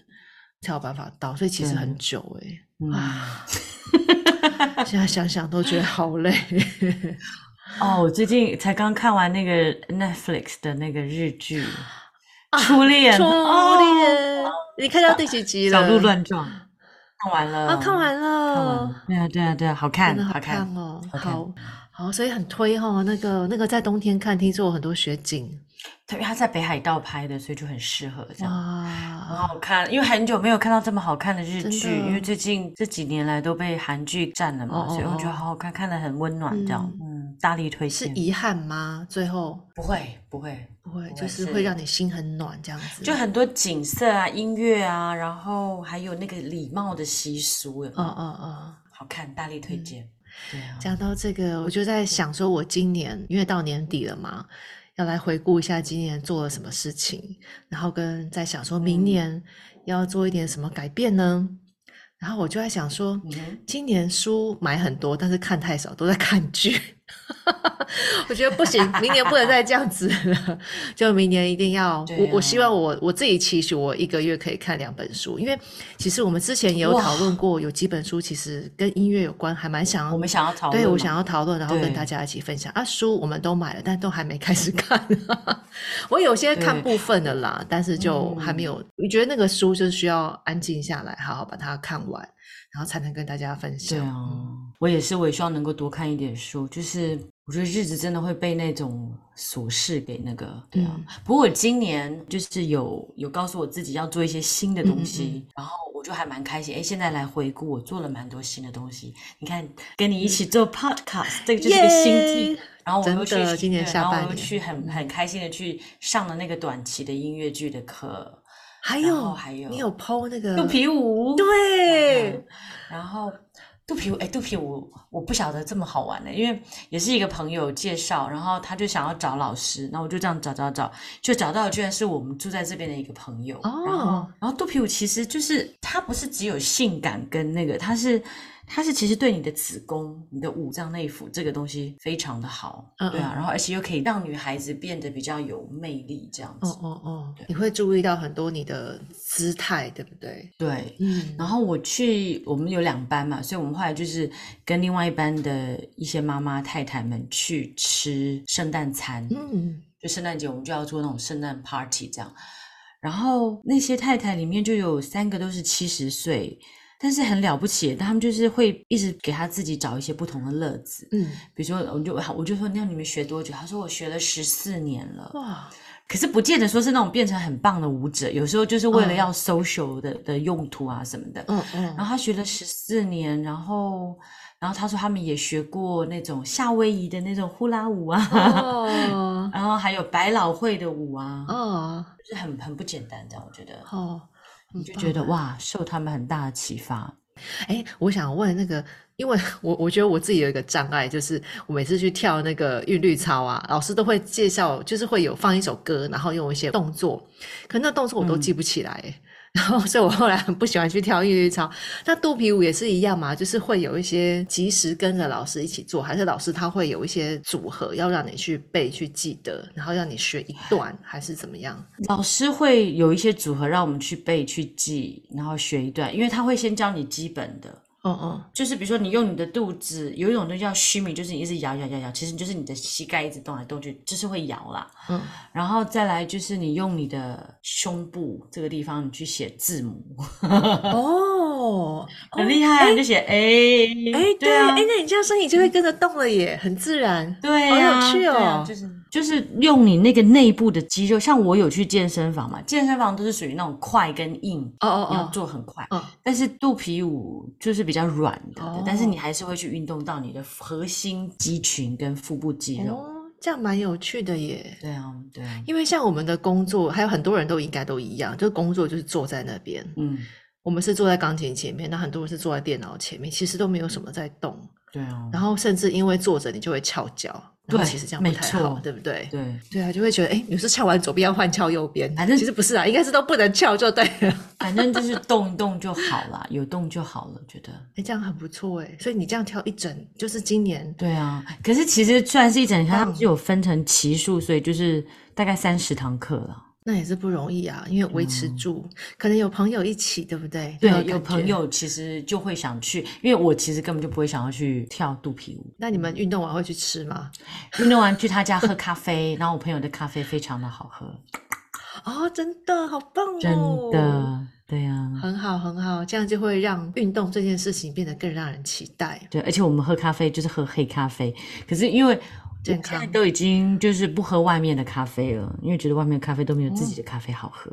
才有办法到，所以其实很对久诶、嗯现在想想都觉得好累。哦，我最近才刚看完那个 Netflix 的那个日剧《初恋》，啊初哦恋，你看到第几集了？小鹿乱撞，看完了，啊，看完看完了，了，对啊，对啊，对啊，好真看，的好好看，哦，好看好好，所以很推哦。那个那个在冬天看，听说有很多雪景，对，因为它在北海道拍的，所以就很适合这啊样。很哇，好看，因为很久没有看到这么好看的日真的剧，因为最近这几年来都被韩剧占了嘛，哦哦所以我觉得好好看，看得很温暖这样嗯。嗯，大力推是荐。遗憾吗？最后不会不会，不会，不就会是是会让你心很暖这样子。就很多景色啊、音乐啊，然后还有那个礼貌的习俗，有没有嗯嗯嗯。好看，大力推荐。对啊，讲到这个，我就在想说，我今年因为到年底了嘛，要来回顾一下今年做了什么事情，然后跟在想说明嗯年要做一点什么改变呢？然后我就在想说，嗯哼今年书买很多，但是看太少，都在看剧。 <laughs> 我觉得不行，明年不能再这样子了。就明年一定要，对我我啊希望我我自己期许我一个月可以看两本书，因为其实我们之前也有哇讨论过，有几本书其实跟音乐有关，还蛮想要我们想要讨论，对，我想，要讨论，然后跟对嗯大家一起分享啊。书我们都买了，但都还没开始看。 <laughs> 我有些看部分的啦，但是就还嗯没有。我觉得那个书就是需要安静下来，好好把它看完，然后才能跟大家分享。嗯对啊，我也是，我也希望能够多看一点书。就是我觉得日子真的会被那种琐事给那个，对啊。嗯不过我今年就是有有告诉我自己要做一些新的东西，嗯嗯然后我就还蛮开心。哎，现在来回顾，我做了蛮多新的东西。你看，跟你一起做 podcast，这个就是一个新嗯耶技。然后我又去真的今年对下然半后我又年嗯去很很开心的去上了那个短期的音乐剧的课，还然有后还有你有剖那个肚皮舞，对，嗯然后肚皮舞，哎，肚皮舞我不晓得这么好玩的、因为也是一个朋友介绍，然后他就想要找老师，那我就这样找找找，就找到居然是我们住在这边的一个朋友。然后哦，然后肚皮舞其实就是它不是只有性感跟那个，它是它是其实对你的子宫、你的五脏内腑这个东西非常的好，嗯对啊嗯，然后而且又可以让女孩子变得比较有魅力这样哦子，哦哦，你会注意到很多你的姿态，对不对？对，嗯然后我去，我们有两班嘛，所以我们后来就是跟另外一班的一些妈妈太太们去吃圣诞餐，嗯，就圣诞节我们就要做那种圣诞 party 这样。然后那些太太里面就有三个都是七十岁，但是很了不起，他们就是会一直给他自己找一些不同的乐子。嗯，比如说，我们就我就说，那你们学多久？他说我学了十四年了。哇，可是不见得说是那种变成很棒的舞者，有时候就是为了嗯要 social 的、的用途啊什么的。嗯 <laughs> 嗯，然后他学了十四年，然后，然后他说他们也学过那种夏威夷的那种呼啦舞啊，<laughs> 哦然后还有百老汇的舞啊，哦就是很很不简单这样，我觉得，哦，你很就棒觉得哇，受他们很大的启发。哎，我想问那个，因为 <laughs> 我我觉得我自己有一个障碍，就是我每次去跳那个韵律操啊，老师都会介绍，就是会有放一首歌，然后用一些动作，可那动作我都嗯记不起来 <laughs> 欸。然后，所以我后来很不喜欢去跳韵律操。那肚皮舞也是一样嘛，就是会有一些及时跟着老师一起做，还是老师他会有一些组合要让你去背、去记得，然后让你学一段，还是怎么样？老师会有一些组合让我们去背、去记，然后学一段，因为他会先教你基本的。嗯嗯，就是比如说，你用你的肚子，有一种东西叫虚名，就是你一直摇摇摇摇，其实就是你的膝盖一直动来动去，就是会摇啦。嗯，然后再来就是你用你的胸部这个地方，你去写字母，哦，很厉害啊，你就写 A，哎，对，对啊哎，，那你这样身体就会跟着动了耶，很自然。对好有呀、趣对啊哦就是就是用你那个内部的肌肉，像我有去健身房嘛，健身房都是属于那种快跟硬，哦哦你要哦，做很快，嗯但是肚皮舞就是比较软的，哦但是你还是会去运动到你的核心肌群跟腹部肌肉。哦，这样蛮有趣的耶。对啊，对啊，因为像我们的工作，还有很多人都应该都一样，就是工作就是坐在那边，嗯，我们是坐在钢琴前面，那很多人是坐在电脑前面，其实都没有什么在动，对啊，然后甚至因为坐着你就会翘脚，然后对其实这样不太好，没错对不对？对。对啊，就会觉得哎，有时候翘完左边要换翘右边，反正其实不是啊，应该是都不能翘就对了。反正就是动一动就好啦，有动就好了，觉得。哎，这样很不错哎，所以你这样挑一整，就是今年对啊，可是其实虽然是一整天，它嗯们是有分成期数，所以就是大概三十堂课了。那也是不容易啊，因为维持住，可能有朋友一起，对不对？那对，有感觉朋。友其实就会想去，因为我其实根本就不会想要去跳肚皮舞。那你们运动完会去吃吗？运动完去他家喝咖啡，然后我朋友的咖啡非常的好喝，哦，真的好棒哦！真的，对啊，很好很好，这样就会让运动这件事情变得更让人期待。对，而且我们喝咖啡就是喝黑咖啡，可是因为我健现在康都已经就是不喝外面的咖啡了，因为觉得外面的咖哦啡都没有自己的咖啡好喝。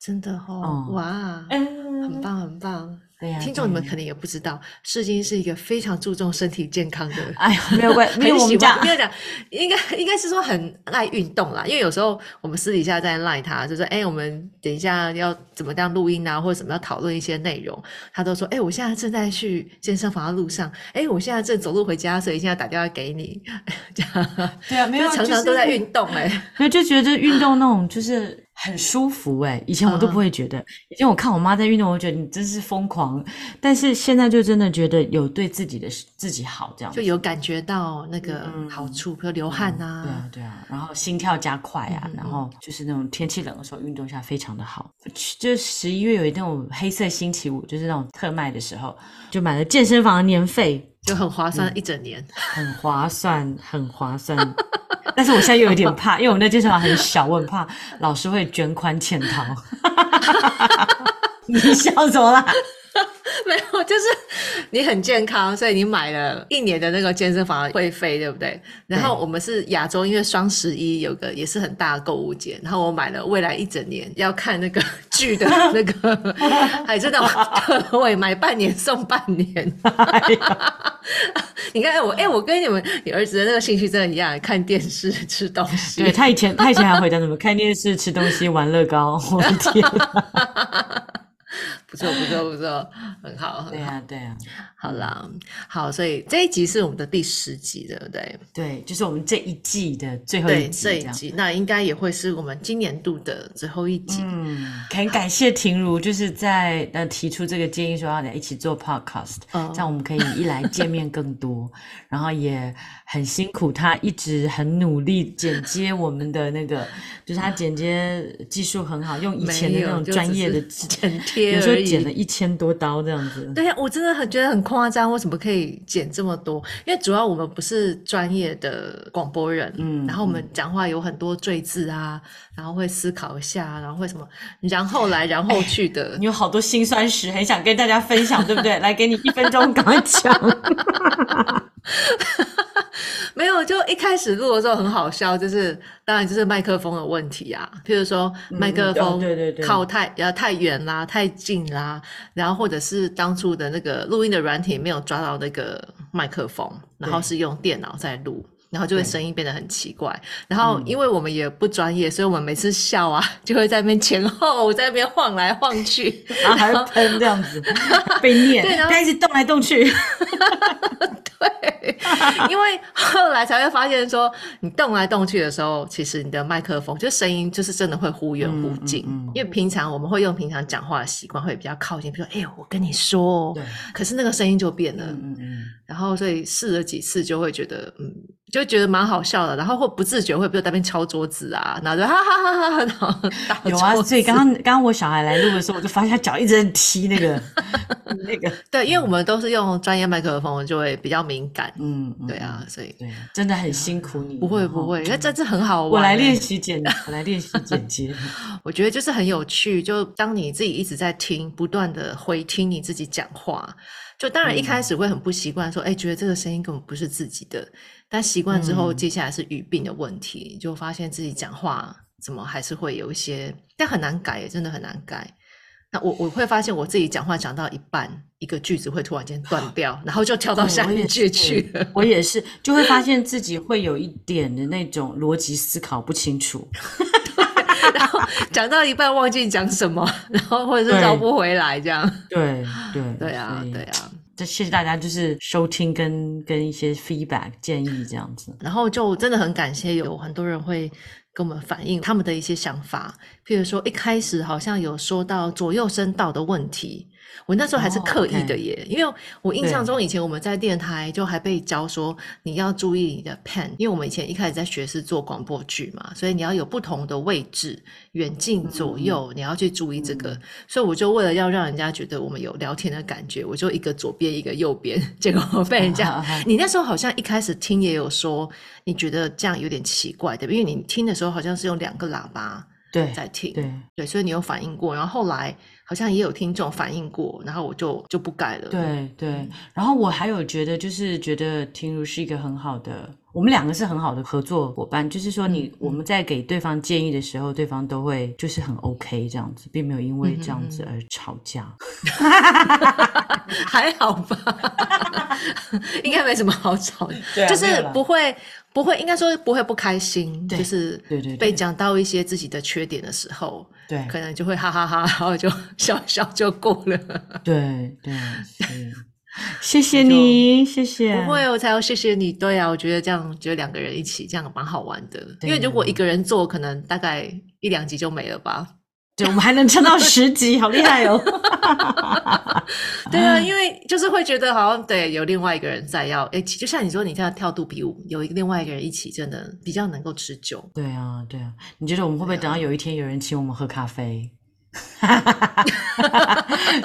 真的哦，嗯哇，嗯，很棒很棒。对呀、啊听众对你们呀可能也不知道，世金是一个非常注重身体健康的人。哎呀，没有关系，没有很我喜们欢，家 <laughs> 没有讲，应该应该是说很爱运动啦。因为有时候我们私底下在赖他，就说：“哎、我们等一下要怎么样录音啊，或者怎么样讨论一些内容。”他都说：“哎、我现在正在去健身房的路上，哎、我现在正走路回家，所以现在打电话给你。”这样，对啊，没有就常常都在运动、哎， <laughs> 没有就觉得运动那种就是很舒服哎、以前我都嗯不会觉得，以前我看我妈在运动，我觉得你真是疯狂，但是现在就真的觉得有对自己的自己好这样就子。有感觉到那个嗯好处，比如流汗啊，对啊，对啊，然后心跳加快啊，嗯嗯嗯然后就是那种天气冷的时候运动一下非常的好。就十一月有一那种黑色星期五，就是那种特卖的时候，就买了健身房的年费，就很划算一整年。很划算，很划 <laughs> 算。但是我现在又有点怕，因为我们那健身房很小，我很怕老师会卷款潜 <laughs> 逃。你笑什么啦？ <laughs> 没有，就是你很健康，所以你买了一年的那个健身房的会费，对不对？然后我们是亚洲，因为双十一有个也是很大的购物节，然后我买了未来一整年要看那个剧的 <laughs> 那个，哎还是那种 <laughs> 特惠，买半年送半年。 <laughs> 你看我，哎、我跟你们你儿子的那个兴趣真的一样，看电视、吃东西。对他以前，他以前还回答什么看电视、吃东西、玩乐高。我的天！不错，不错，不错，很好，对很好。啊，对啊，好啦，好，所以这一集是我们的第十集，对不对？对，就是我们这一季的最后一对，集这这一样。集，那应该也会是我们今年度的最后一集。嗯，很感谢婷如，就是在呃提出这个建议，说要来一起做 podcast，、嗯这样我们可以一来见面更多，然后也很辛苦，她一直很努力剪接我们的那个，就是她剪接技术很好，用以前的没那有种就专只业的是技， <laughs> 剪贴有时候而已剪了一千多刀这样子。对呀，我真的很觉得很夸张，为什么可以剪这么多？因为主要我们不是专业的广播人，嗯然后我们讲话有很多赘字啊，然后会思考一下，啊然后会什么，然后来然后去的你。有好多辛酸史，很想跟大家分享，对不对？来，给你一分钟，赶快讲。 <laughs> 没有，就一开始录的时候很好笑，就是当然就是麦克风的问题啊，譬如说麦克哦风对对对靠太呃太远啦、太近啦，然后或者是当初的那个录音的软体没有抓到那个麦克风，然后对是用电脑在录。然后就会对嗯声音变得很奇怪，然后因为我们也不专业，所以我们每次笑啊， <laughs> 就会在那边前后，在那边晃来晃去，然后还会喷这样 <laughs> 子，被念，对然后不要一直动来动去。因为后来才会发现说，你动来动去的时候，其实你的麦克风就声音就是真的会忽远忽近。嗯嗯嗯因为平常我们会用平常讲话的习惯会比较靠近，比如说，哎、我跟你说哦对，可是那个声音就变了。嗯嗯。然后所以试了几次就会觉得，嗯，就觉得蛮好笑的。然后会不自觉会不会在那边敲桌子啊，然后就哈哈哈哈，然后打 <laughs> 有啊，桌所以子刚刚刚刚我小孩来录的时候，我就发现他脚一直在踢那 <laughs> 个那个，对，因为我们都是用专业麦克风，就会比较敏感。嗯，嗯对，啊，所以对，真的很辛苦你。不会然后不会，那这次很好玩欸。嗯我来练习 <laughs> 剪，我来练习剪接。我觉得就是很有趣，就当你自己一直在听，不断的回听你自己讲话，就当然一嗯开始会很不习惯，说，哎、觉得这个声音根本不是自己的，但习惯之后，嗯接下来是语病的问题，就发现自己讲话怎么还是会有一些，但很难改，真的很难改。那我我会发现我自己讲话讲到一半，一个句子会突然间断掉，然后就跳到下哦我一也句是去了。我也是，就会发现自己会有一点的那种逻辑思考不清楚。然后 <laughs> 讲到一半忘记讲什么，然后或者是绕对不回来这样。对对 <laughs> 对啊，对。所以啊。这谢谢大家，就是收听跟跟一些 feedback 建议这样子。然后就真的很感谢有很多人会跟我们反映他们的一些想法，譬如说一开始好像有说到左右声道的问题，我那时候还是哦刻意的 OK 耶，因为我印象对中以前我们在电台就还被教说你要注意你的 pen，因为我们以前一开始在学是做广播剧嘛，所以你要有不同的位置，远近嗯左右，你要去注意这个。所以我就为了要让人家觉得我们有聊天的感觉，我就一个左边一个右边， <laughs> 结果被人啊家你那时候好像一开始听也有说，你觉得这样有点奇怪，对吧？因为你听的时候好像是用两个喇叭对在听，对对，所以你有反应过。然后后来好像也有听众反应过，然后我就就不改了。对对。然后我还有觉得，就是觉得婷如是一个很好的我们两个是很好的合作伙伴，就是嗯说你、我们在给对方建议的时候，对方都会就是很 OK 这样子，并没有因嗯为这样子而吵 <laughs> 架。还好 <laughs> 吧，应该没什么好吵的，对啊就没是有啦不会不会，应该说不会不开心，对就是对对对被讲到一些自己的缺点的时候，对可能就会哈哈哈，然后就 <laughs> 笑笑就过了。对对，是 <laughs> 谢谢你，谢谢。不会，我才要谢谢你。对啊，我觉得这样，觉得两个人一起这样蛮好玩的。因对啊为如果一个人做，可能大概一两集就没了吧。对，我们还能撑到十集，好厉害 <laughs> 哦！对啊，因为就是会觉得好像对有另外一个人在要，哎，其就像你说你这样跳肚皮舞，有一个另外一个人一起，真的比较能够持久。对啊，对啊，你觉得我们会不会等到有一天有人请我们喝咖啡？ <laughs>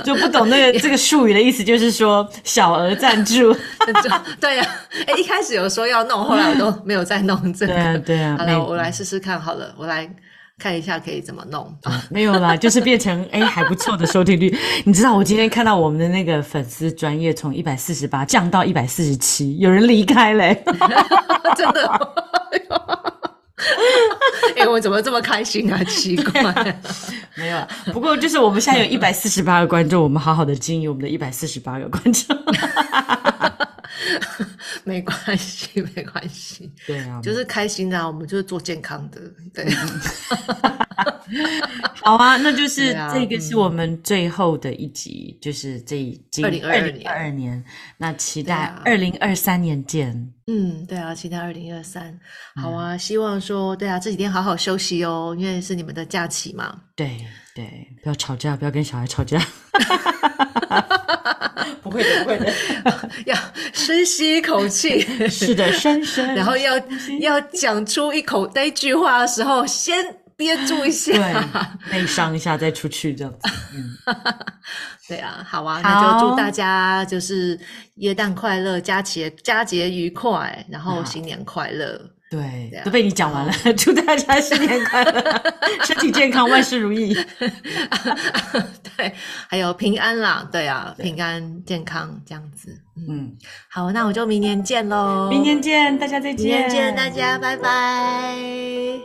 就不懂那 <laughs> 个这个术语的意思，就是说小额赞助。就对呀、哎、一开始有说要弄，后来我 <laughs> 都没有再弄这个。 <laughs> 对啊，对啊，好每了，我来试试看好了，我来看一下可以怎么弄。没有啦，就是变成哎、还不错的收听率。你知道我今天看到我们的那个粉丝专业从一百四十八降到一百四十七，有人离开嘞、真的吗。哎、我怎么这么开心啊？奇怪， <laughs> 没有啦，不过就是我们现在有一百四十八个观众，我们好好的经营我们的一百四十八个观众。没关系，没关系，对啊，就是开心的、啊，我们就是做健康的，对，嗯好啊，那就是对啊这个是我们最后的一集，就是这一今2022二二年，啊那期待对二零二三年见。 <laughs> 嗯，对啊，期待二零二三，好啊，希望说，对啊，这几天好好休息哦，因为是你们的假期嘛，对对，不要吵架，不要跟小孩吵架。 <laughs> 不会的，不会的。要深吸一口 <laughs> 气，是的，深深。然后要要讲出一口那一句话的时候，先憋住一下。对，内伤一下再出去这样子。对啊，好啊，好那就祝大家就是耶诞快乐，佳节佳节愉快，然后新年快乐。 <laughs> 对嗯对，啊都被你讲完了，祝大家新年快 <laughs> 乐，身体健康，万事如意。对，还有平安啦，对啊，平安健康这样子。嗯，嗯，好，那我就明年见哦喽，明年见，大家再明见，年见，大家拜拜。